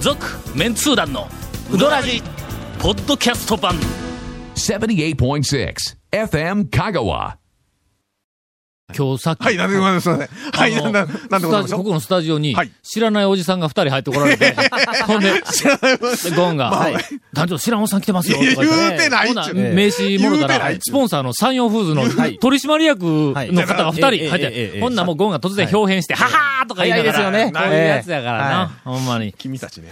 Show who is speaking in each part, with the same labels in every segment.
Speaker 1: 続メンツー団のウドラジポッドキャスト版
Speaker 2: 78.6 FM Kagawa.
Speaker 3: 今日さっき、
Speaker 4: はい、なんでございます。すいません。はい、
Speaker 3: あ
Speaker 4: な
Speaker 3: の
Speaker 4: んだ、なんでございま
Speaker 3: スタ
Speaker 4: し
Speaker 3: ジ
Speaker 4: ょ
Speaker 3: こ
Speaker 4: う。
Speaker 3: このスタジオに
Speaker 4: はい、
Speaker 3: 知らないおじさんが二人入ってこられ て、ほんで、ゴンが、はい団長知らんおっさん来てますよ。
Speaker 4: いや
Speaker 3: とか言っ
Speaker 4: 言
Speaker 3: て
Speaker 4: うてないっ
Speaker 3: ほ
Speaker 4: ちゅう
Speaker 3: な名刺も
Speaker 4: 言う
Speaker 3: ろた
Speaker 4: てな
Speaker 3: ら
Speaker 4: いっ、ちゅう
Speaker 3: スポンサーの山陽フーズの取締役の方が二人入っ
Speaker 5: はいえええええ
Speaker 3: て、
Speaker 5: え
Speaker 3: ほんならもうゴンが突然表変して、ははーとか言いながら、
Speaker 5: 早いですよね
Speaker 3: こういうやつやからな、ほんまに。
Speaker 4: 君たちね。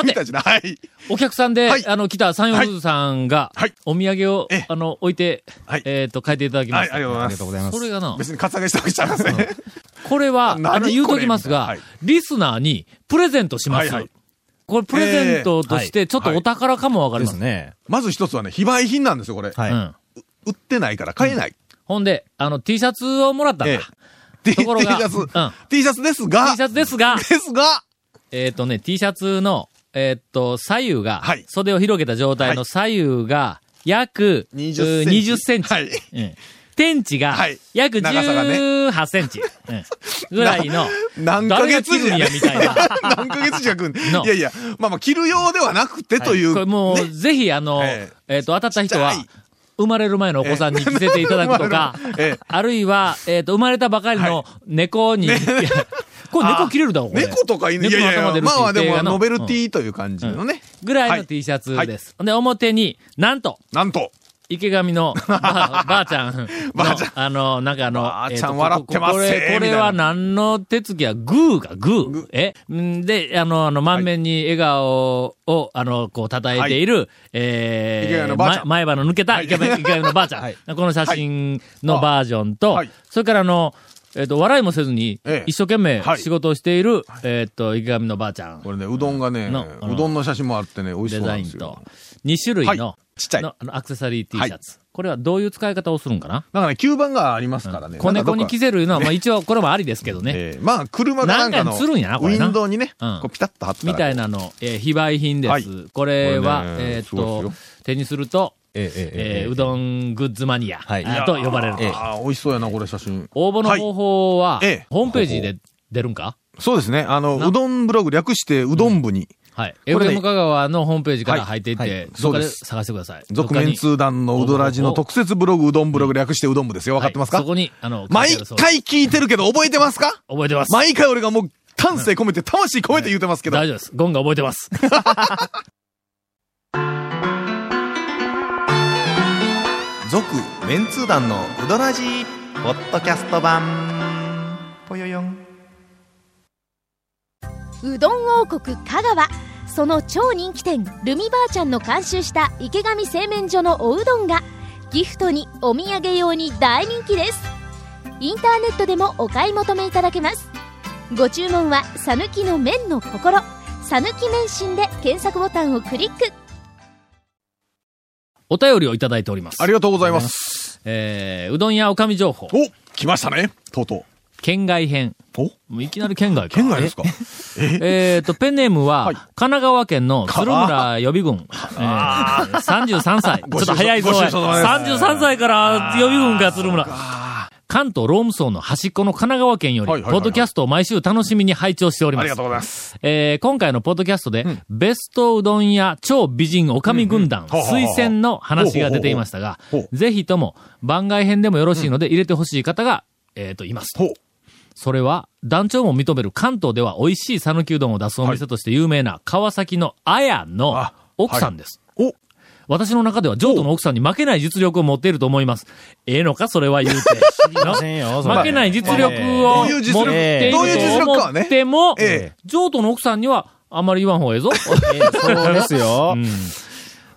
Speaker 4: 君
Speaker 3: て
Speaker 4: たちね。はい。
Speaker 3: お客さんで、
Speaker 4: はい
Speaker 3: あの、来た山陽フーズさんが
Speaker 4: はい、
Speaker 3: お土産を
Speaker 4: ええ、
Speaker 3: あの、置いて
Speaker 4: はい、
Speaker 3: えっと、書いていただき
Speaker 4: は
Speaker 3: ま
Speaker 4: い、
Speaker 3: した
Speaker 4: あり。がとうございます。
Speaker 5: ございま
Speaker 3: それがな、
Speaker 4: 別にカツアゲしたわけじゃないですね。
Speaker 3: これは、
Speaker 4: 何
Speaker 3: あの、言う
Speaker 4: ことれ
Speaker 3: きますが、
Speaker 4: はい
Speaker 3: リスナーにプレゼントします。
Speaker 4: はいはい
Speaker 3: これ、プレゼントとし
Speaker 4: え
Speaker 3: て、
Speaker 4: ー
Speaker 3: ちょっとお宝かもわかり
Speaker 5: で
Speaker 3: ますす。
Speaker 5: ね。
Speaker 4: まず一つはね、非売品なんですよ、これ。
Speaker 5: はい。
Speaker 3: うん。
Speaker 4: 売ってないから買えない。
Speaker 3: ほんで、あの、T シャツをもらったんだ。
Speaker 4: ええ T,
Speaker 3: ところが
Speaker 4: T シ
Speaker 3: うん
Speaker 4: ャツ。T シャツですが
Speaker 3: T シ、ャツですが、
Speaker 4: ですが、
Speaker 3: えっ、とね、T シャツの、えっ、と、左右が、
Speaker 4: はい
Speaker 3: 袖を広げた状態の左右が、約、
Speaker 4: 20
Speaker 3: 20センチ。
Speaker 4: はい。
Speaker 3: うん天地が
Speaker 4: はい、
Speaker 3: 約
Speaker 4: 長さがね
Speaker 3: 18センチ。 うんぐらいの、
Speaker 4: 何ヶ
Speaker 3: 誰が
Speaker 4: 月
Speaker 3: 着るんや、みたい な。
Speaker 4: 何ヶ月弱。
Speaker 3: の
Speaker 4: いやいや、まあまあ、着る用ではなくてという。
Speaker 3: これもう、
Speaker 4: ね
Speaker 3: ぜひ、あの、え
Speaker 4: え
Speaker 3: っ、と、当たった人は
Speaker 4: ちっちゃい、、
Speaker 3: 生まれる前のお子さんに着せていただくとか
Speaker 4: ええ
Speaker 3: あるいは、えっ、と、生まれたばかりの猫に、これ猫着れるだろ、これ。
Speaker 4: 猫とか犬、い
Speaker 3: 猫
Speaker 4: やい
Speaker 3: の
Speaker 4: やい
Speaker 3: 頭出
Speaker 4: や、
Speaker 3: るし
Speaker 4: まあまあで
Speaker 3: 映画
Speaker 4: も、
Speaker 3: の
Speaker 4: ノベルティという感じのね。
Speaker 3: ぐらい
Speaker 4: は
Speaker 3: の
Speaker 4: い
Speaker 3: T シャツです。で、表に、なんと、
Speaker 4: なんと。
Speaker 3: 池上 のばあばあちゃんの、
Speaker 4: ばあちゃん
Speaker 3: あの、なんかあの、
Speaker 4: ばあちゃん
Speaker 3: えーと
Speaker 4: 笑ってます
Speaker 3: こ
Speaker 4: せーみ
Speaker 3: れ、
Speaker 4: た
Speaker 3: こ
Speaker 4: いな
Speaker 3: れは何の手つきや、グーがグー。えんで、あの、あの、満面に笑顔を、あの、こう、叩いている、
Speaker 4: 池
Speaker 3: え
Speaker 4: 上
Speaker 3: ー、
Speaker 4: のばあちゃん
Speaker 3: ま前歯の抜けた
Speaker 4: はい
Speaker 3: 池上池上のばあちゃん、
Speaker 5: はい
Speaker 3: この写真のバージョンと、
Speaker 4: はい
Speaker 3: それからあの、えっ、と、笑いもせずに
Speaker 4: ええ、
Speaker 3: 一生懸命
Speaker 4: はい
Speaker 3: 仕事をしている、えっ、と、池上のばあちゃん
Speaker 4: こ、れね、うどんがね、
Speaker 3: のあの
Speaker 4: うどんの写真もあってね、美味し
Speaker 3: デ
Speaker 4: そうな
Speaker 3: ザ
Speaker 4: ん
Speaker 3: イ
Speaker 4: で
Speaker 3: ン
Speaker 4: すよ
Speaker 3: と。、2種類の、
Speaker 4: はいちっちゃい
Speaker 3: のあのアクセサリー T シャツ、これはどういう使い方をするんかな
Speaker 4: なんかね、吸盤がありますからね。
Speaker 3: 子猫に
Speaker 4: き
Speaker 3: 着せるのは、まあ一応これもありですけどね。
Speaker 4: ええまあ、車がなんか
Speaker 3: なんか
Speaker 4: の、
Speaker 3: にするんやなこ
Speaker 4: ウ
Speaker 3: れ
Speaker 4: ィ
Speaker 3: な
Speaker 4: ンドウにね、
Speaker 3: うん
Speaker 4: こうピタッと貼ったら
Speaker 3: みたいなの、えー非売品です。
Speaker 4: はい
Speaker 3: これは、
Speaker 4: これね
Speaker 3: えーっ
Speaker 4: すごい
Speaker 3: と
Speaker 4: で、
Speaker 3: 手にすると、
Speaker 5: ええ、
Speaker 3: えーう
Speaker 5: ん。
Speaker 3: どんグッズマニア、
Speaker 5: はい
Speaker 3: あと呼ばれると。
Speaker 5: ええ
Speaker 4: ああ、美味しそうやな、これ写真。
Speaker 3: 応募の方法は、
Speaker 4: はいええ
Speaker 3: ホームページで出るんか
Speaker 4: そうですね。あ
Speaker 3: な
Speaker 4: の、うどんブログ略して、うどん部に、
Speaker 3: はい。
Speaker 4: これね
Speaker 3: FM 香川のホームページから
Speaker 4: はい
Speaker 3: 入っていって、
Speaker 5: はい
Speaker 3: どっか
Speaker 4: そう
Speaker 3: で
Speaker 4: です
Speaker 3: 探してください。
Speaker 4: 続面通談のうどラジの特設ブログ、うどんブログ略してうどん部ですよ。
Speaker 3: 分
Speaker 4: わかってますか、
Speaker 3: そこに、あの、
Speaker 4: 毎
Speaker 3: 書いてあるそうです
Speaker 4: 回聞いてるけど、覚えてますか
Speaker 3: 覚えてます。
Speaker 4: 毎回俺がもう、丹精込めて、魂込めて言ってますけど。
Speaker 3: 大丈夫です。ゴンが覚えてます。
Speaker 4: 続、
Speaker 6: メンツー団のウドラジーポッドキャスト版ぽよよん
Speaker 7: うどん王国香川その超人気店ルミばあちゃんの監修した池上製麺所のおうどんがギフトにお土産用に大人気ですインターネットでもお買い求めいただけますご注文は「さぬきの麺の心」「さぬき麺心」で検索ボタンをクリック
Speaker 3: お便りをいただいております。
Speaker 4: ありがとうございます。
Speaker 3: えーうどん屋おかみ情報、
Speaker 4: お来ましたね、とうと
Speaker 3: 県外編。
Speaker 4: う。お
Speaker 3: もういきなり県外か。
Speaker 4: 県外ですか
Speaker 3: えっと、ペンネームは、
Speaker 4: はい
Speaker 3: 神奈川県の鶴村予備軍。えー33歳。ちょ
Speaker 4: ご愁
Speaker 3: っ
Speaker 4: 傷
Speaker 3: と早いぞ。おい
Speaker 4: ご愁傷様です
Speaker 3: 33歳から予備軍か、鶴村。関東ローム層の端っこの神奈川県よ
Speaker 4: はい
Speaker 3: り、
Speaker 4: は
Speaker 3: ポ
Speaker 4: いはいは
Speaker 3: ッ
Speaker 4: い
Speaker 3: ドキャストを毎週楽しみに拝聴しており
Speaker 4: あ
Speaker 3: ま
Speaker 4: り
Speaker 3: す
Speaker 4: がと。うございます。
Speaker 3: えー今回のポッドキャストで、ベストうどん屋超美人おかみ軍団、
Speaker 4: うんうんはあはあ
Speaker 3: 推薦の話が出ていました
Speaker 4: ほ
Speaker 3: が
Speaker 4: うほうほうほ、う
Speaker 3: ぜひとも番外編でもよろしいので入れてほしい方が、えっ、と、います。
Speaker 4: ほう。
Speaker 3: それは、団長も認める関東では美味しい讃岐うどんを出すお店として有名な川崎のあやの
Speaker 4: あ
Speaker 3: 奥さんです。
Speaker 4: お
Speaker 3: 私の中では譲渡の奥さんに負けない実力を持っていると思います。ええのかそれは言う て。な
Speaker 5: せんよ、
Speaker 3: 負けない実力を
Speaker 4: どういう実
Speaker 3: 持っ
Speaker 4: 力
Speaker 3: てい
Speaker 4: どういう
Speaker 3: る
Speaker 4: 実力
Speaker 3: と
Speaker 4: か
Speaker 3: 思
Speaker 4: はね
Speaker 3: っても
Speaker 4: ええ、
Speaker 3: 譲渡の奥さんにはあんまり言わん方がえ えぞ。
Speaker 5: そうですよ。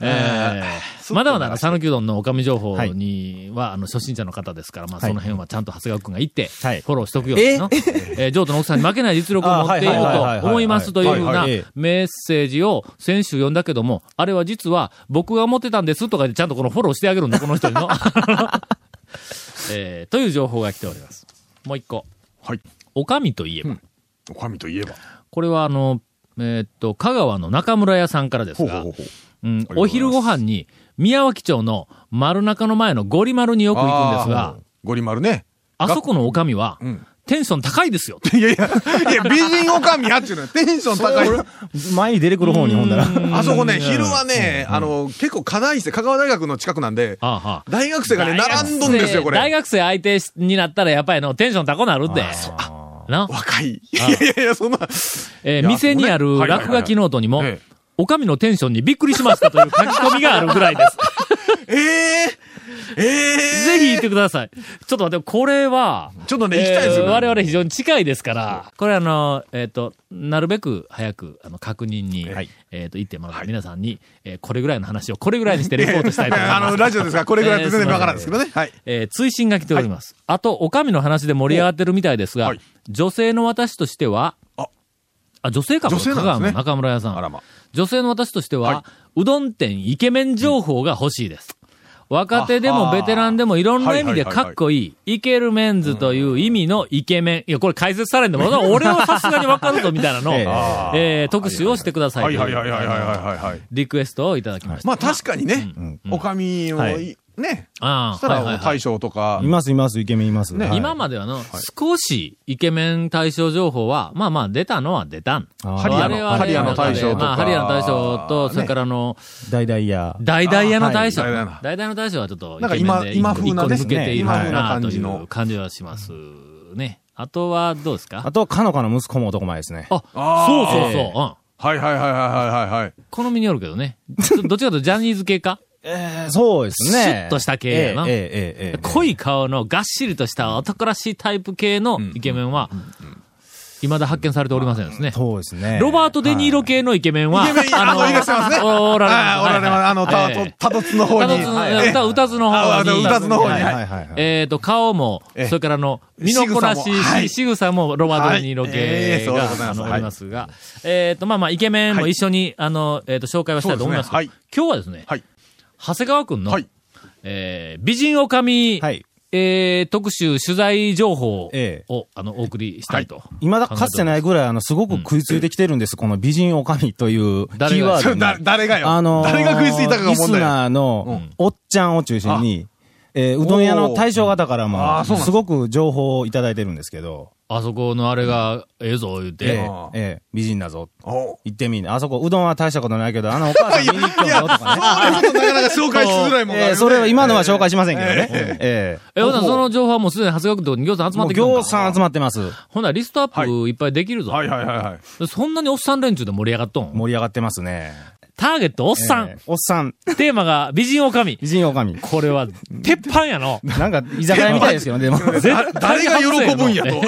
Speaker 3: ええまだまだ、讃岐うどんのおかみ情報
Speaker 5: はい
Speaker 3: には、あの、初心者の方ですから、まあ、
Speaker 5: は
Speaker 3: そ
Speaker 5: い
Speaker 3: の辺はちゃんと長谷川くんが行って、フ
Speaker 5: はい
Speaker 3: ォローしとくようにな。えー譲渡の奥さんに負けない実力を持っている
Speaker 5: あはいはいはいはいはい
Speaker 3: と思いますというような
Speaker 5: はいはい
Speaker 3: メッセージを先週読んだけども、あれは実は僕が持ってたんですとかでちゃんとこのフォローしてあげるんだ、この人に の。えーという情報が来ております。もう一個。
Speaker 4: はい。
Speaker 3: おかみといえば、
Speaker 4: おかみといえば。
Speaker 3: これはあの、えーっと、香川の中村屋さんからです
Speaker 4: ほう
Speaker 3: が、
Speaker 4: ほうほうほう。
Speaker 3: うん、
Speaker 4: とう
Speaker 3: お
Speaker 4: ござい
Speaker 3: 昼
Speaker 4: ます
Speaker 3: ご飯に、宮脇町の丸中の前のゴリ丸によく行くんですが、
Speaker 4: ゴリ丸ね。
Speaker 3: あそこのおかみは、
Speaker 4: うん。
Speaker 3: テンション高いです よ。
Speaker 4: いやいや、いや、美人おかみやっちゅうのよテンション高い。
Speaker 5: 前に出てくる方にほんだら。
Speaker 4: あそこね、昼はね、あの、結構課題して、香川大学の近くなんで、
Speaker 3: ああはあ
Speaker 4: 大学生がね、並んどんですよ、こ
Speaker 3: 大
Speaker 4: れ。
Speaker 3: 学生相手になったら、やっぱりの、テンション高なるって。な、
Speaker 4: 若い。いやいやいや、そんな。
Speaker 3: えー
Speaker 4: いや
Speaker 3: 店にある
Speaker 4: これねはいはいはい
Speaker 3: 落書きノートにも
Speaker 4: ええ、
Speaker 3: おかみのテンションにびっくりしましたという書き込みがあるぐらいです。
Speaker 4: えええ え
Speaker 3: ぜひ行ってください。ちょっと待って、これは、
Speaker 4: ちょっとね行きたいですよね
Speaker 3: えー我々非常に近いですから、これあの、えっ、と、なるべく早く、あの、確認に、
Speaker 4: はい
Speaker 3: えっ、と、行ってもらって、皆さんに、えーこれぐらいの話をこれぐらいにしてレポートしたいと思いま す。
Speaker 4: あの、ラジオですから、これぐらいって全然わからんですけどね。はい。
Speaker 3: えー追伸が来ております。あと、おかみの話で盛り上がってるみたいですが、
Speaker 4: おはい
Speaker 3: 女性の私としては、
Speaker 4: あ
Speaker 3: あ女性かも、
Speaker 4: 女性なんですね
Speaker 3: 香川の中村屋さん。
Speaker 4: あらま
Speaker 3: 女性の私としては、うどん店イケメン情報が欲しいです。若手でもベテランでもいろんな意味でかっこいい。イケるメンズという意味のイケメン。いや、これ解説されんでも、俺はさすがにわかるぞみたいな のを、
Speaker 5: ええ
Speaker 3: えー特集をしてください。
Speaker 4: はいはいはいはいはいはいはい。
Speaker 3: リクエストをいただきました。
Speaker 4: まあ確かにね、おかみを、
Speaker 5: はい
Speaker 4: ね、
Speaker 3: あ
Speaker 4: そ
Speaker 3: あ
Speaker 4: したら大将とか
Speaker 5: い、ますいます、イケメンいます。
Speaker 4: ね
Speaker 5: はい
Speaker 3: 今まではの、少しイケメン対象情報は、まあまあ出たのは出たん。
Speaker 5: あー
Speaker 4: ハリアの
Speaker 3: 我々
Speaker 4: ハリアの大将とか
Speaker 3: まあ、ハリアの大将と、それからあの、
Speaker 5: 大々や。
Speaker 3: 大々屋の大将。
Speaker 4: あーはい大々屋の
Speaker 3: 大々の大将はちょっとイ
Speaker 4: な
Speaker 3: ケメンで、
Speaker 4: んか今今風なね
Speaker 3: 一個抜けている
Speaker 5: ね今
Speaker 3: か
Speaker 5: 風
Speaker 3: な
Speaker 4: な
Speaker 3: と
Speaker 4: 感
Speaker 3: い
Speaker 4: じの
Speaker 3: う感じはしますね。あとはどうですか
Speaker 5: あと、かのかの息子も男前ですね。
Speaker 3: あ
Speaker 4: あ
Speaker 3: そう
Speaker 4: ー
Speaker 3: そうそう、
Speaker 5: え
Speaker 3: うん。
Speaker 4: はいはいはいはいはいはいはい。
Speaker 3: 好みによるけどね。ちょどっちかというとジャニーズ系か
Speaker 5: えーそうですね。
Speaker 3: シュッとした系やな
Speaker 5: ええええええええ
Speaker 3: 濃い顔のがっしりとした男らしいタイプ系のイケメンは、未だ発見されておりませんですね。
Speaker 5: そうですね。
Speaker 3: ロバート・デ・ニーロ系のイケメンは、
Speaker 4: イケメンあのいらっしゃいますね
Speaker 3: おおられます。
Speaker 4: あおられますあの、
Speaker 3: はい
Speaker 4: た、たどつの方
Speaker 3: 歌
Speaker 4: に。
Speaker 3: 津
Speaker 4: はい
Speaker 3: 歌歌津の
Speaker 4: あ
Speaker 3: 方
Speaker 4: あの
Speaker 3: に。
Speaker 4: 歌津の方に
Speaker 5: はい
Speaker 4: はい
Speaker 5: はいはいはい。
Speaker 3: えっと、顔も、そ
Speaker 4: ええ
Speaker 3: れからあの、身のこなし
Speaker 4: 仕草もは、い
Speaker 3: 仕草もロバート・デ・ニーロ
Speaker 4: はいえ
Speaker 3: 系
Speaker 4: えそうでございま
Speaker 3: が、あ
Speaker 4: す
Speaker 3: の、
Speaker 4: はい
Speaker 3: ありますが、えっと、まあまあ、イケメンも一緒に、あの、えっと、紹介はしたいと思いますけ
Speaker 4: そう
Speaker 3: ど
Speaker 4: ですね
Speaker 3: 今日はですね、
Speaker 4: はい
Speaker 3: 長谷川くんの
Speaker 4: はい、
Speaker 3: えー美人おかみ
Speaker 5: はい、
Speaker 3: えー特集取材情報
Speaker 5: ええ
Speaker 3: を、あの、お送りしたいと。
Speaker 5: いまだかつてないぐらい、あの、すごく食いついてきてるんです、この美人女将というキ
Speaker 3: 誰
Speaker 5: ー
Speaker 3: が
Speaker 5: ワー
Speaker 4: そ
Speaker 5: ド
Speaker 4: れ
Speaker 5: に。
Speaker 4: だ誰がよ、
Speaker 5: あのー
Speaker 4: 誰が食いついたかが
Speaker 5: リス
Speaker 4: 問題よ。
Speaker 5: ナーの、おっちゃんを中心に、えーうどん屋の大将方から
Speaker 4: おーあ
Speaker 5: も、
Speaker 4: ーそうなんです
Speaker 5: すごく情報をいただいてるんですけど、
Speaker 3: あそこのあれが、ええぞ、言う
Speaker 5: え
Speaker 3: て。
Speaker 5: ーえー美人だぞ。
Speaker 4: おう
Speaker 5: 行ってみんな。あそこ、うどんは大したことないけど、あのお母さん見に行くんだぞとかね。
Speaker 4: あれ ちょっとなかなか紹介しづらいもんがあるよ
Speaker 5: えー
Speaker 4: ね
Speaker 5: それは今のは紹介しませんけどね。え
Speaker 3: え、ほな、その情報はもうすでに長谷川君とこに行さん
Speaker 5: ー
Speaker 3: 集ま
Speaker 5: も
Speaker 3: っ
Speaker 5: う
Speaker 3: てきたん
Speaker 5: 行
Speaker 3: だ。
Speaker 5: さん集まってます。
Speaker 3: ほな、リストアップいっぱいできるぞ。
Speaker 4: はいはいはいはい。
Speaker 3: そんなにおっさん連中で盛り上がっとん。
Speaker 5: 盛り上がってますね。
Speaker 3: ターゲットおっ
Speaker 5: お
Speaker 3: さん。
Speaker 5: おっさん。
Speaker 3: テーマが美人女将。
Speaker 5: 美人女将。
Speaker 3: これは、鉄板やの。
Speaker 5: なんか、居酒屋みたいですけどね、で も。
Speaker 4: だ誰が喜ぶんやと。いや、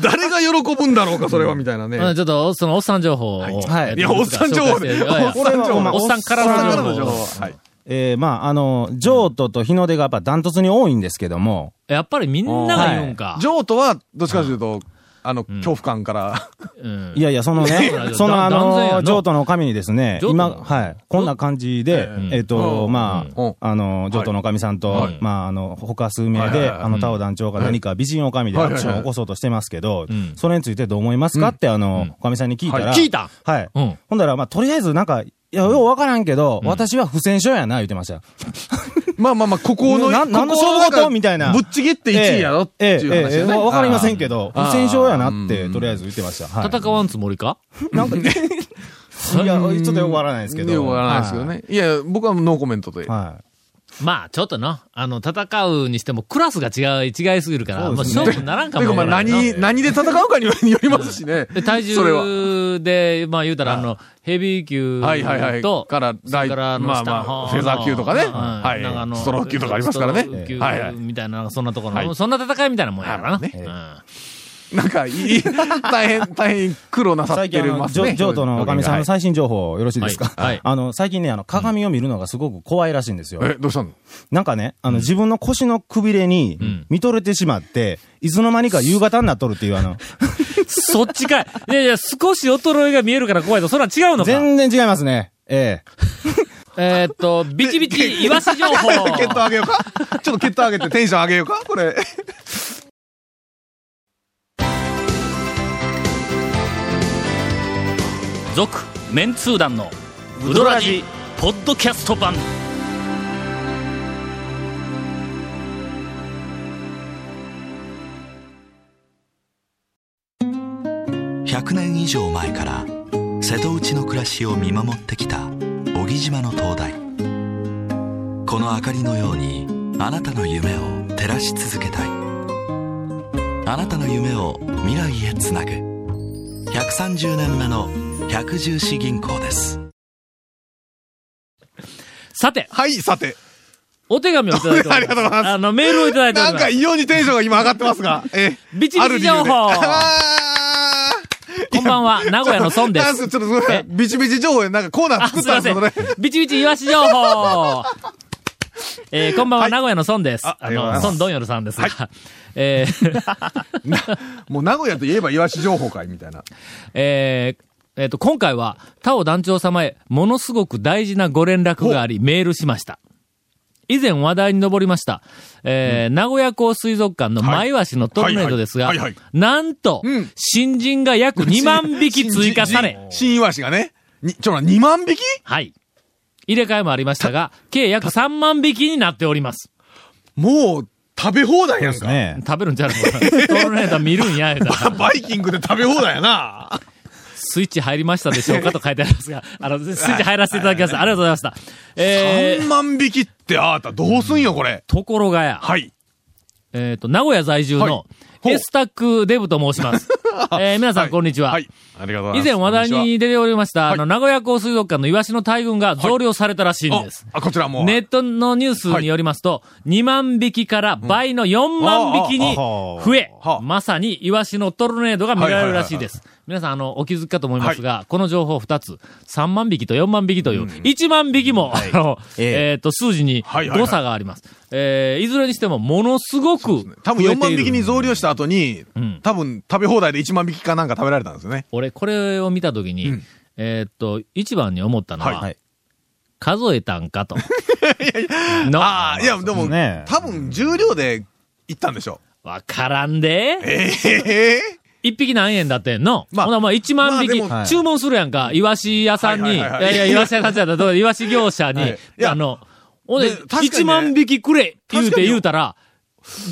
Speaker 4: 誰が喜ぶんだろうか、それは、みたいな
Speaker 3: うん
Speaker 4: ね。
Speaker 3: ちょっと、そのおっさん情報を。
Speaker 5: はい
Speaker 3: え
Speaker 4: いや、おっさん情報で。
Speaker 3: 紹介していやいや
Speaker 5: これはほんま
Speaker 3: おっさんから
Speaker 4: おっさん
Speaker 3: の
Speaker 4: か
Speaker 3: 情
Speaker 4: ら
Speaker 3: 報
Speaker 4: の情報。はい。
Speaker 5: えーまあ、あの、譲渡と日の出がやっぱダントツに多いんですけども、
Speaker 3: やっぱりみんなが言うんか。
Speaker 4: 譲渡は、どっちかというと、あの、恐怖感から。
Speaker 3: うん、
Speaker 5: いやいや、そのねそのあ
Speaker 3: 断然やな
Speaker 5: の、譲渡の神にですね、
Speaker 3: 譲渡
Speaker 5: 今、はい、こんな感じで、えっと、
Speaker 4: うん
Speaker 5: ま
Speaker 4: うん
Speaker 5: あ、あの、譲渡の神さんと、まあ、あの、他数名
Speaker 4: はいはい
Speaker 5: で、
Speaker 4: はい
Speaker 5: あの、タオ団長が何か美人女将でアクションを起こそうとしてますけど
Speaker 3: ん、
Speaker 5: それについてどう思いますかって、あの、おかみさんに聞いたら、
Speaker 3: 聞いた
Speaker 5: はい。
Speaker 3: うん
Speaker 5: ほんだら、まあ、とりあえずなんか、いや、ようわからんけど、私は不戦勝やな、言ってました。
Speaker 4: まあまあまあ、ここの、
Speaker 5: な
Speaker 4: ここ
Speaker 5: 何の勝負事みたいな
Speaker 4: ぶっちぎって1位やろっていう話
Speaker 5: えええええ
Speaker 4: よ
Speaker 5: え
Speaker 4: ね。
Speaker 5: わわかりま
Speaker 4: ん。
Speaker 5: せんけど、不戦勝やなって、とりあえず言ってました。はい
Speaker 3: 戦わんつもりか
Speaker 5: なんか、いや、ちょっとよくわからないですけど。
Speaker 4: よくわからないですけどね。いや、僕はノーコメントで。
Speaker 5: はい。はい。
Speaker 3: まあ、ちょっとな。あの、戦うにしても、クラスが違う、違いすぎるから、もう
Speaker 5: そうで
Speaker 3: 勝負
Speaker 5: すね
Speaker 3: にならんか
Speaker 4: て
Speaker 3: も
Speaker 4: か、
Speaker 3: わ
Speaker 4: まあ、
Speaker 3: からんな。
Speaker 4: 何、何で戦うかによりますしね
Speaker 3: で、。体
Speaker 4: それは。
Speaker 3: 重で、まあ言うたら、あの、ヘビー級と、
Speaker 4: はいはいはいから
Speaker 3: それからあの
Speaker 4: まあ
Speaker 3: 下の
Speaker 4: まあ
Speaker 3: 方の
Speaker 4: フェザー級とかね
Speaker 3: うん
Speaker 4: はい
Speaker 3: なんかあの
Speaker 4: ストロー級とかありますからね
Speaker 3: ストロー級
Speaker 4: はいはい
Speaker 3: みたいな、なんかそんなところの、
Speaker 4: はい
Speaker 3: そんな戦いみたいなもんやからな。
Speaker 4: はい
Speaker 3: うん
Speaker 4: なんか、いい、大変、大変苦労なさっ
Speaker 5: 最
Speaker 4: て
Speaker 5: 近あ
Speaker 4: る
Speaker 5: の、
Speaker 4: ます
Speaker 5: 譲
Speaker 4: ね。
Speaker 5: 譲渡のおかみさんの最新情報、よろしいですか
Speaker 3: はいはい
Speaker 5: あの、最近ね、あの、鏡を見るのがすごく怖いらしいんですよ。
Speaker 4: え、どうした の
Speaker 5: なんかね、あの、自分の腰のくびれに
Speaker 3: ん、
Speaker 5: 見とれてしまって、いつの間にか夕方になっとるっていう、あの、
Speaker 3: そっちかい。いやいや、少し衰えが見えるから怖いと、それは違うのか。
Speaker 5: 全然違いますね。え
Speaker 3: えーっと、ビチビチ、イワシ情 報。
Speaker 4: ケット上げようか ちょっとケット上げてテンション上げようかこ れ。
Speaker 1: 続メンツー団のウドラジポッドキャスト版
Speaker 8: 100年以上前から瀬戸内の暮らしを見守ってきた小木島の灯台この明かりのようにあなたの夢を照らし続けたいあなたの夢を未来へつなぐ130年目の百十四銀行です
Speaker 3: さて、
Speaker 4: はい、さて。
Speaker 3: お手紙をいただいております。
Speaker 4: ありがとうございます
Speaker 3: あの、メールをいただいており
Speaker 4: なん
Speaker 3: ま
Speaker 4: か
Speaker 3: す。
Speaker 4: 異様にテンションが今上がってます が、ええ
Speaker 3: ビチビチ情 報
Speaker 4: あー
Speaker 3: こんばんは、名古屋の孫で
Speaker 4: なん
Speaker 3: す。
Speaker 4: すかちょっとすみません。ビチビチ情報でなんかコーナー
Speaker 3: あ、
Speaker 4: 作っ
Speaker 3: すい
Speaker 4: た
Speaker 3: ま
Speaker 4: んで
Speaker 3: せ
Speaker 4: す
Speaker 3: ん
Speaker 4: よね。。
Speaker 3: ビチビチイワシ情報えーこんばんは、名古屋の孫です。
Speaker 4: あ
Speaker 3: あ
Speaker 4: ありがとうござい
Speaker 3: の、
Speaker 4: ます
Speaker 3: 孫どんよるさんですが、えー
Speaker 4: もう名古屋といえばイワシ情報会みたいな。
Speaker 3: えーえっと、今回は、他を団長様へ、ものすごく大事なご連絡があり、メールしました。以前話題に上りました、えー名古屋港水族館の前橋のトルネードですが
Speaker 4: はいはいはいは、
Speaker 3: なんと
Speaker 4: うん、
Speaker 3: 新人が約2万匹追加され、
Speaker 4: 新イワシがね。に、ちょ、2万匹
Speaker 3: はい。入れ替えもありましたが、計約3万匹になっております。
Speaker 4: もう、食べ放題やんか。
Speaker 5: ね
Speaker 3: 食べるんちゃうの トルネード見るんや、言うたら
Speaker 4: バイキングで食べ放題やな。
Speaker 3: スイッチ入りましたでしょうかと書いてありますが、あの、スイッチ入らせていただきました。ありがとうございました。え
Speaker 4: 3
Speaker 3: ー、
Speaker 4: 万匹ってあーた、どうすんよ、これ。
Speaker 3: ところがや、
Speaker 4: はい。
Speaker 3: えっ、と、名古屋在住
Speaker 4: はい
Speaker 3: の、
Speaker 4: ほう
Speaker 3: エスタックデブと申 します。えー、皆さん、こんにちは。
Speaker 4: はい。ありがとうござい
Speaker 3: 以
Speaker 4: ます。
Speaker 3: 前話題に出ておりました、あの、名古屋港水族館のイワシの大群が増量されたらしい
Speaker 4: こん
Speaker 3: ん
Speaker 4: に
Speaker 3: で
Speaker 4: ち
Speaker 3: す。
Speaker 4: は。あ、あこちらも。
Speaker 3: ネットのニュースによりますと、2万匹から倍の4万匹に増え
Speaker 4: ああああ、
Speaker 3: まさにイワシのトルネードが見られるらしいです。皆さん、あの、お気づきかと思いますが、この情報2つ、3万匹と4万匹という、1万匹も、あの、えっと、数字に
Speaker 4: はいはいはい
Speaker 3: 誤差があります。えーいずれにしても、ものすごく、
Speaker 4: 多分4万匹に増量した後に、
Speaker 3: ん
Speaker 4: 多分食べ放題で1万匹かなんか食べられたんですよね。
Speaker 3: 俺、これを見たときに、
Speaker 4: うん
Speaker 3: えーっと、一番に思ったのは、
Speaker 5: はい
Speaker 3: 数えた んかと。の
Speaker 4: ああ、いや、でも、
Speaker 5: ね
Speaker 4: 多分重量で行ったんでしょ
Speaker 3: わからんで。
Speaker 4: ええ
Speaker 3: 一匹何円だってんの
Speaker 4: まあ
Speaker 3: ほな、まあ、一万匹、
Speaker 4: まあで
Speaker 5: も
Speaker 3: 注文するやんか。イワシ屋さんに、い
Speaker 4: はいはいはいは
Speaker 3: や
Speaker 4: い
Speaker 3: いや、イワシ屋さんじゃったらどうイワシ業者に、
Speaker 4: はいいや
Speaker 3: あの、ほんで
Speaker 4: で確か、にね
Speaker 3: 一万匹くれ言う
Speaker 4: 確か
Speaker 3: て
Speaker 4: に
Speaker 3: 言うたら、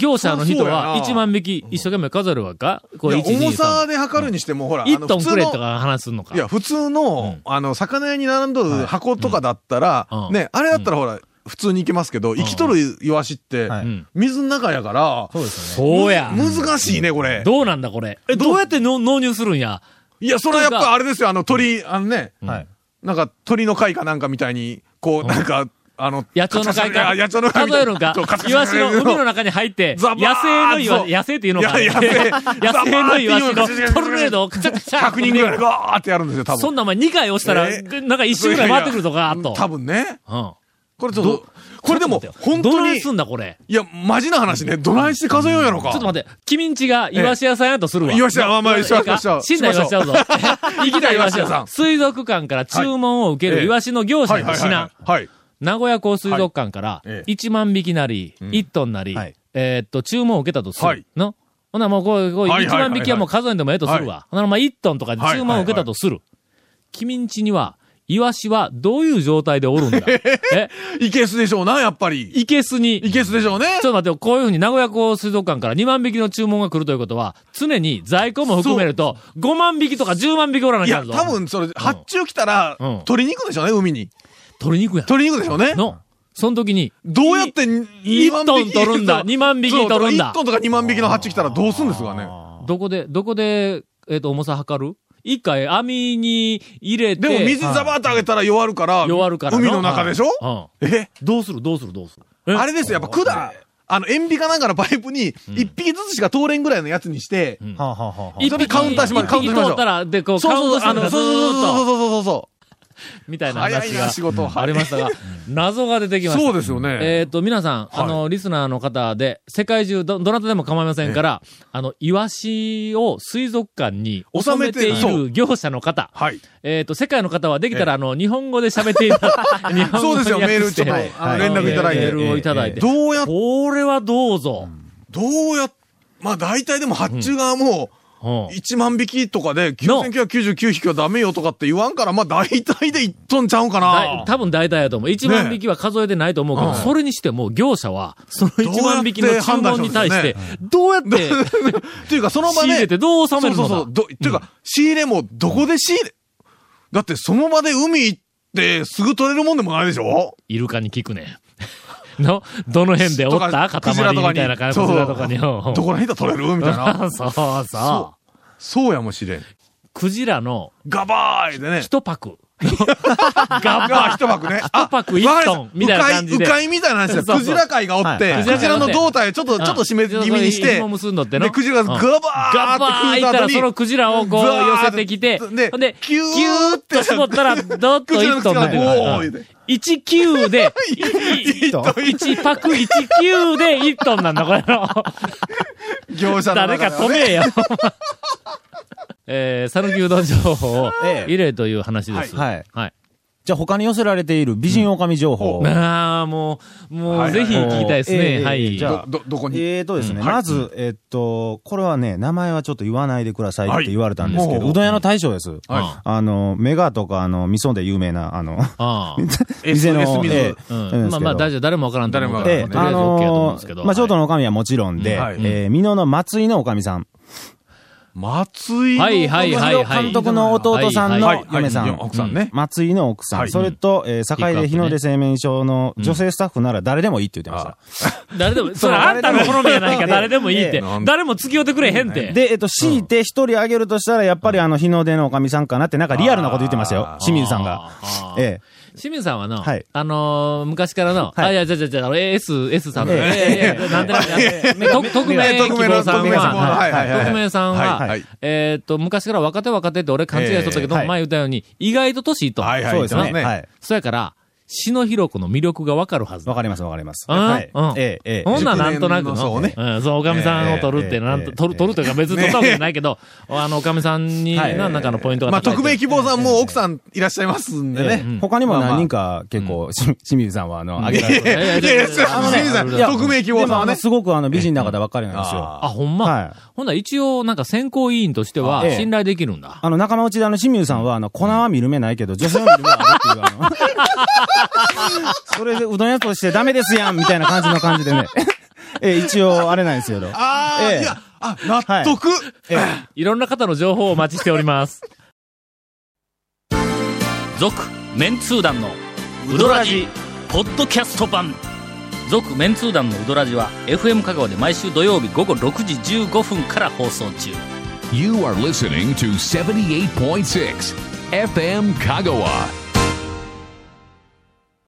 Speaker 3: 業者の人
Speaker 4: そうや
Speaker 3: は
Speaker 4: な
Speaker 3: 一万匹一生懸命数えるわけかこ
Speaker 4: い
Speaker 3: れ
Speaker 4: や
Speaker 3: 一二
Speaker 4: 重
Speaker 3: 三
Speaker 4: さで測るにしても、ほら、あ
Speaker 3: 一
Speaker 4: の
Speaker 3: トン
Speaker 4: 普
Speaker 3: く
Speaker 4: 通
Speaker 3: れと
Speaker 4: の、
Speaker 3: か話すんのか。
Speaker 4: いや、普通の、あの、魚屋に並んどる箱とかだったら
Speaker 3: うん、
Speaker 4: ね、あれだったらほら、普通に行けますけど、生きとるイワシって
Speaker 5: はい
Speaker 3: うん、
Speaker 4: 水の中やから、
Speaker 5: そうですよね。
Speaker 3: そうや。
Speaker 4: 難しいね、これ。
Speaker 3: どうなんだこれ。え、どうやっての納入するんや。
Speaker 4: いや、それはやっぱあれですよ、あの鳥、あのね、
Speaker 5: はい。
Speaker 4: なんか鳥の貝かなんかみたいに、こう、なんか、あの、
Speaker 3: 野鳥の
Speaker 4: カチ
Speaker 3: 会
Speaker 4: ャカチャ
Speaker 3: か。
Speaker 4: あ野鳥の貝み
Speaker 3: 数
Speaker 4: た
Speaker 3: え
Speaker 4: い
Speaker 3: るん
Speaker 4: な
Speaker 3: か
Speaker 4: そうカ。チャ
Speaker 3: イ
Speaker 4: カ
Speaker 3: ワ
Speaker 4: チ
Speaker 3: シ
Speaker 4: ャ
Speaker 3: の海の中に入って、野生のイワ
Speaker 4: そう
Speaker 3: シ、野生っていうのか。
Speaker 4: いや野生
Speaker 3: 野生のイワシのトルネードをカチャカチャ。
Speaker 4: 100人ぐらいガーってやるんですよ、多分。
Speaker 3: そんなお前2回押したら、
Speaker 4: えー
Speaker 3: なんか1周ぐらい回ってくるとか、あと。
Speaker 4: 多分ね。
Speaker 3: うん。
Speaker 4: これちょっと、これでも
Speaker 3: ちょっと待ってよ
Speaker 4: 本当
Speaker 3: どない
Speaker 4: に、
Speaker 3: すんだこれ。
Speaker 4: いや、マジな話ね、どないして数えようやろか。
Speaker 3: ちょっと待って、君んちがイワシ屋さんやとするわ。
Speaker 4: イワシ屋まあまあ
Speaker 3: いい
Speaker 4: しましょう
Speaker 3: か
Speaker 4: しましょう
Speaker 3: 死んだイワシ屋ぞ。 生きたイワシ屋さん。水族館から注文を受け
Speaker 4: は
Speaker 3: る
Speaker 4: い
Speaker 3: イワシの業者の
Speaker 4: はい
Speaker 3: 品。
Speaker 4: はい。はい。
Speaker 3: 名古屋港水族館から
Speaker 4: ええ
Speaker 3: 1万匹なり、
Speaker 4: ん
Speaker 3: 1トンなり、
Speaker 5: はい
Speaker 3: えーっと、注文を受けたとする。
Speaker 4: はい
Speaker 3: のほなもうこう、こう
Speaker 4: はいは
Speaker 3: 1
Speaker 4: いはいはい
Speaker 3: 万匹はもう数えんでもええとするわ。ほなまあ1トンとかで注文を受けたとする。君んちには、イワシはどういう状態で おるんだえ、
Speaker 4: いけすでしょうな、やっぱり。
Speaker 3: いけすに。
Speaker 4: いけすでしょうね。
Speaker 3: ちょっと待ってよ、こういうふうに名古屋港水族館から2万匹の注文が来るということは、常に在庫も含めると、5万匹とか10万匹おらないきゃ
Speaker 4: や、
Speaker 3: ぞ。
Speaker 4: 多分、それ、発注来たら
Speaker 3: うん、
Speaker 4: 取りに行くでしょうね、海に。
Speaker 3: 鶏肉や。
Speaker 4: 取りに行くでしょうね。
Speaker 3: の、その時に、
Speaker 4: どうやって
Speaker 3: い
Speaker 4: 2
Speaker 3: 1
Speaker 4: 万
Speaker 3: トン
Speaker 4: 匹
Speaker 3: 取るんだ、
Speaker 4: そう
Speaker 3: 2万匹取るんだ
Speaker 4: 1。トンとか2万匹の発注来たらどうすんですかね。
Speaker 3: どこで、どこで、えっ、と、重さ測る一回網に入れて。
Speaker 4: でも水ザバーッとあげたら弱るから、
Speaker 3: 弱るからな
Speaker 4: 海の中でしょ
Speaker 3: は
Speaker 4: え
Speaker 3: いうん。どうするどうするどうするえ
Speaker 4: あれですよ、やっぱ管、あの、塩ビかなんかのパイプに、一匹ずつしか通れんぐらいのやつにして、
Speaker 5: はあはあはあは
Speaker 3: 一
Speaker 4: それ
Speaker 3: 匹
Speaker 4: カウンターしまカウンターしましょう
Speaker 3: 一匹通ったら、で、こう、
Speaker 4: そう
Speaker 3: カウン
Speaker 4: そう
Speaker 3: トして
Speaker 4: そう、あの、そう
Speaker 3: ず
Speaker 4: そうそう
Speaker 3: ーっと、
Speaker 4: そうそうそ
Speaker 3: みたいな
Speaker 4: 早い
Speaker 3: 話
Speaker 4: な仕事
Speaker 3: が
Speaker 4: は
Speaker 3: ありまし たが、謎が出てき
Speaker 4: う。
Speaker 3: ました。
Speaker 4: そうですよね。
Speaker 3: えっ、と、皆さん、あの、リスナーの方で、世界中ど、どなたでも構いませんから、あの、イワシを水族館に収
Speaker 4: 収
Speaker 3: め
Speaker 4: め
Speaker 3: て
Speaker 4: て
Speaker 3: い
Speaker 4: そ
Speaker 3: る業者の方、
Speaker 4: はい。
Speaker 3: えっ、と、世界の方はできたら、
Speaker 4: え
Speaker 3: あの、日本語で喋っていた 日本
Speaker 4: そう
Speaker 3: 語
Speaker 4: ですよ、
Speaker 3: 訳
Speaker 4: メール
Speaker 3: し
Speaker 4: ち
Speaker 3: て
Speaker 4: ょっと、
Speaker 5: はい
Speaker 4: あの連絡いただい
Speaker 3: メ
Speaker 4: て
Speaker 3: ー。ルをいただい て。
Speaker 4: どうや、
Speaker 3: これはどうぞ。
Speaker 4: どうや、まあ大体でも発注がもう、
Speaker 3: うん
Speaker 4: 1万匹とかで9999匹はダメよとかって言わんから、まあ大体で1トンちゃうんか
Speaker 3: だい
Speaker 4: な。
Speaker 3: 多分大体やと思う。1万
Speaker 4: ね
Speaker 3: 匹は数えてないと思うけど、
Speaker 4: うん
Speaker 3: それにしても業者は、その
Speaker 4: うやって
Speaker 3: 1万匹の注文に対して、どう やって
Speaker 4: っていうかその場
Speaker 3: 仕
Speaker 4: で。
Speaker 3: 入れてどう収めるのだ
Speaker 4: そうそうそう。どっていうか、仕入れもどこで仕入れ、だってその場で海行ってすぐ取れるもんでもないでしょ
Speaker 3: イルカに聞くね。 の、どの辺でおった塊みたいな感じクジラとかに。うん
Speaker 4: どこら辺だ取れるみたい な。
Speaker 3: そうそう。
Speaker 4: そうやもしれん。
Speaker 3: クジラの
Speaker 4: ガバーイで ね。
Speaker 3: 一パク。ガ
Speaker 4: が
Speaker 3: バ
Speaker 4: 一パックね。あ
Speaker 3: 一パック一トンみたいな感じで
Speaker 4: うかい、うかいみたいな話
Speaker 3: そ
Speaker 4: で
Speaker 3: うそう
Speaker 4: クジラ貝がおって、
Speaker 5: はい
Speaker 4: クジラの胴体をちょっと、ちょっと締め気味にして、
Speaker 3: 紐結んどっての。
Speaker 4: で、クジラがガバ
Speaker 3: ガバ
Speaker 4: ー
Speaker 3: ー
Speaker 4: って食う
Speaker 3: い
Speaker 4: た
Speaker 3: っ
Speaker 4: 後
Speaker 3: たら、
Speaker 4: に、
Speaker 3: そのクジラをこう
Speaker 4: ザー
Speaker 3: 寄
Speaker 4: ッ
Speaker 3: せてきて、
Speaker 4: で
Speaker 3: ほんで、
Speaker 4: キ
Speaker 3: キ
Speaker 4: ュ
Speaker 3: ュ
Speaker 4: ー
Speaker 3: ー
Speaker 4: ッ
Speaker 3: ってと絞ったら、ドッと
Speaker 4: クジラの
Speaker 3: 1
Speaker 4: 口
Speaker 3: トン
Speaker 4: が
Speaker 3: 出てくる。
Speaker 4: おー言うて
Speaker 3: 19で、1パク19で1トンなんだ、これの。
Speaker 4: 業者の
Speaker 3: 誰か
Speaker 4: 中で
Speaker 3: 止めよ。えー、讃岐うどん情報を入れという話です。
Speaker 5: はいはい
Speaker 3: はい。
Speaker 5: じゃあ他に寄せられている美人狼情報。
Speaker 3: ああ、もう、も
Speaker 4: は
Speaker 3: う、
Speaker 4: い
Speaker 3: ぜひ聞きたいです
Speaker 5: えええ
Speaker 3: ね。
Speaker 5: え
Speaker 3: はい。
Speaker 5: じゃあ
Speaker 4: ど、どこに
Speaker 5: えーとですね、まず、えっと、これはね、名前はちょっと言わないでくださいっ
Speaker 4: はい
Speaker 5: て言われたんですけ
Speaker 4: も
Speaker 5: ど、
Speaker 4: う
Speaker 5: うどん屋の大将です。
Speaker 3: は
Speaker 5: あの、メガとか、あの、味噌で有名な、あの、
Speaker 3: ああ。
Speaker 5: 店の
Speaker 4: S 水
Speaker 5: ええ
Speaker 3: う
Speaker 5: なん
Speaker 3: ん。
Speaker 5: です
Speaker 3: まあ
Speaker 5: けど
Speaker 3: まあ、大丈夫。誰もわからんと思うから。
Speaker 5: ええ
Speaker 3: とりあえ
Speaker 5: あ
Speaker 3: ず OK やと思うん
Speaker 5: の
Speaker 3: ですけど。
Speaker 5: ーまあ、京都
Speaker 3: はい
Speaker 5: のおかみはもちろんで、
Speaker 4: はい
Speaker 5: えー美濃の松井のおかみさん、
Speaker 4: 松井の
Speaker 3: はいはいはいはい
Speaker 5: 監督の弟さん
Speaker 3: はい
Speaker 5: の
Speaker 4: はい
Speaker 5: 嫁さん、
Speaker 4: はい奥さんね。
Speaker 5: 松井の奥さん、
Speaker 4: はい
Speaker 5: それと、え
Speaker 3: ピッ
Speaker 5: ー、
Speaker 3: ク
Speaker 5: 堺
Speaker 3: アップね
Speaker 5: で日の出製麺所の女性スタッフなら誰でもいいって言ってました。
Speaker 3: 誰でも、それあんたの好みやないか、誰でもいいって
Speaker 5: え
Speaker 4: え。
Speaker 3: 誰も付き合ってくれへんって。
Speaker 5: で、えっと、強いて一人挙げるとしたら、やっぱりあの、日の出のおかみさんかなって、なんかリアルなこと言ってましたよ
Speaker 4: あ、ー
Speaker 5: 清水さんが。
Speaker 3: あー
Speaker 5: ええ
Speaker 3: 清水さんはの、
Speaker 5: はい
Speaker 3: あのー昔からの、
Speaker 5: はい
Speaker 3: あ、いや、じゃじゃじゃ、あの S、S さんの、
Speaker 5: ええ
Speaker 3: ええええなんでなんで、と匿名希望さん
Speaker 5: 匿名の
Speaker 3: は、
Speaker 4: はいはいはい
Speaker 3: 匿名さんは、
Speaker 4: はいはい
Speaker 3: えーっと、昔から若手若手って俺勘違いしとったけど、
Speaker 5: ええはい
Speaker 3: 前言ったように、意外と年いいと。
Speaker 4: はいはい。
Speaker 5: そうですね。
Speaker 4: 言ってま
Speaker 5: はい。
Speaker 3: そやから、篠広子の魅力がわかるはず
Speaker 5: わ。かります、わかります。
Speaker 3: うん
Speaker 5: はい
Speaker 3: うん。
Speaker 5: ええ、ええ。
Speaker 3: ほんならなんとなくの、
Speaker 4: 熟年のそうね
Speaker 3: ん、そのおかみさんを取るって、
Speaker 5: ええ
Speaker 3: なん
Speaker 5: え
Speaker 3: と、
Speaker 5: え
Speaker 3: 取る、取るというか別に取ったわけじゃないけど、あの、おかみさんに、
Speaker 5: はい
Speaker 3: なんなんかのポイントが
Speaker 4: まあ、
Speaker 3: 高いって
Speaker 4: 匿名希望さんも奥さんいらっしゃいますんでね。
Speaker 5: 他にも何人か結構、し清水さんはあの、挙げら れて。
Speaker 3: いやいやい
Speaker 4: いやいや、
Speaker 3: や
Speaker 4: 清水さん、匿名希望
Speaker 5: でも
Speaker 4: さん
Speaker 5: あ
Speaker 4: は
Speaker 5: の、
Speaker 4: ね。
Speaker 5: すごくあの、美人な方ばっかりなんですよ。
Speaker 3: あ、ほんま。
Speaker 5: はい
Speaker 3: ほんなら一応、なんか選考委員としては
Speaker 5: あええ
Speaker 3: 信頼できるんだ。
Speaker 5: あの、仲間内であの、清水さんは、あの、粉は見る目ないけど、女性は見る目あるっていう、あの、それでうどん屋としてダメですやんみたいな感じの感じでね。ええ、一応、あれなんですけど。
Speaker 4: ああ、
Speaker 5: ええ
Speaker 4: いや、あ、納得
Speaker 5: ええ
Speaker 3: いろんな方の情報をお待ちしております。
Speaker 1: 続メンツー団のウドラジポッドキャスト版続メンツー団のウドラジは FM 香川で毎週土曜日午後6時15分から放送中
Speaker 2: You are listening to 78.6 FM Kagawa.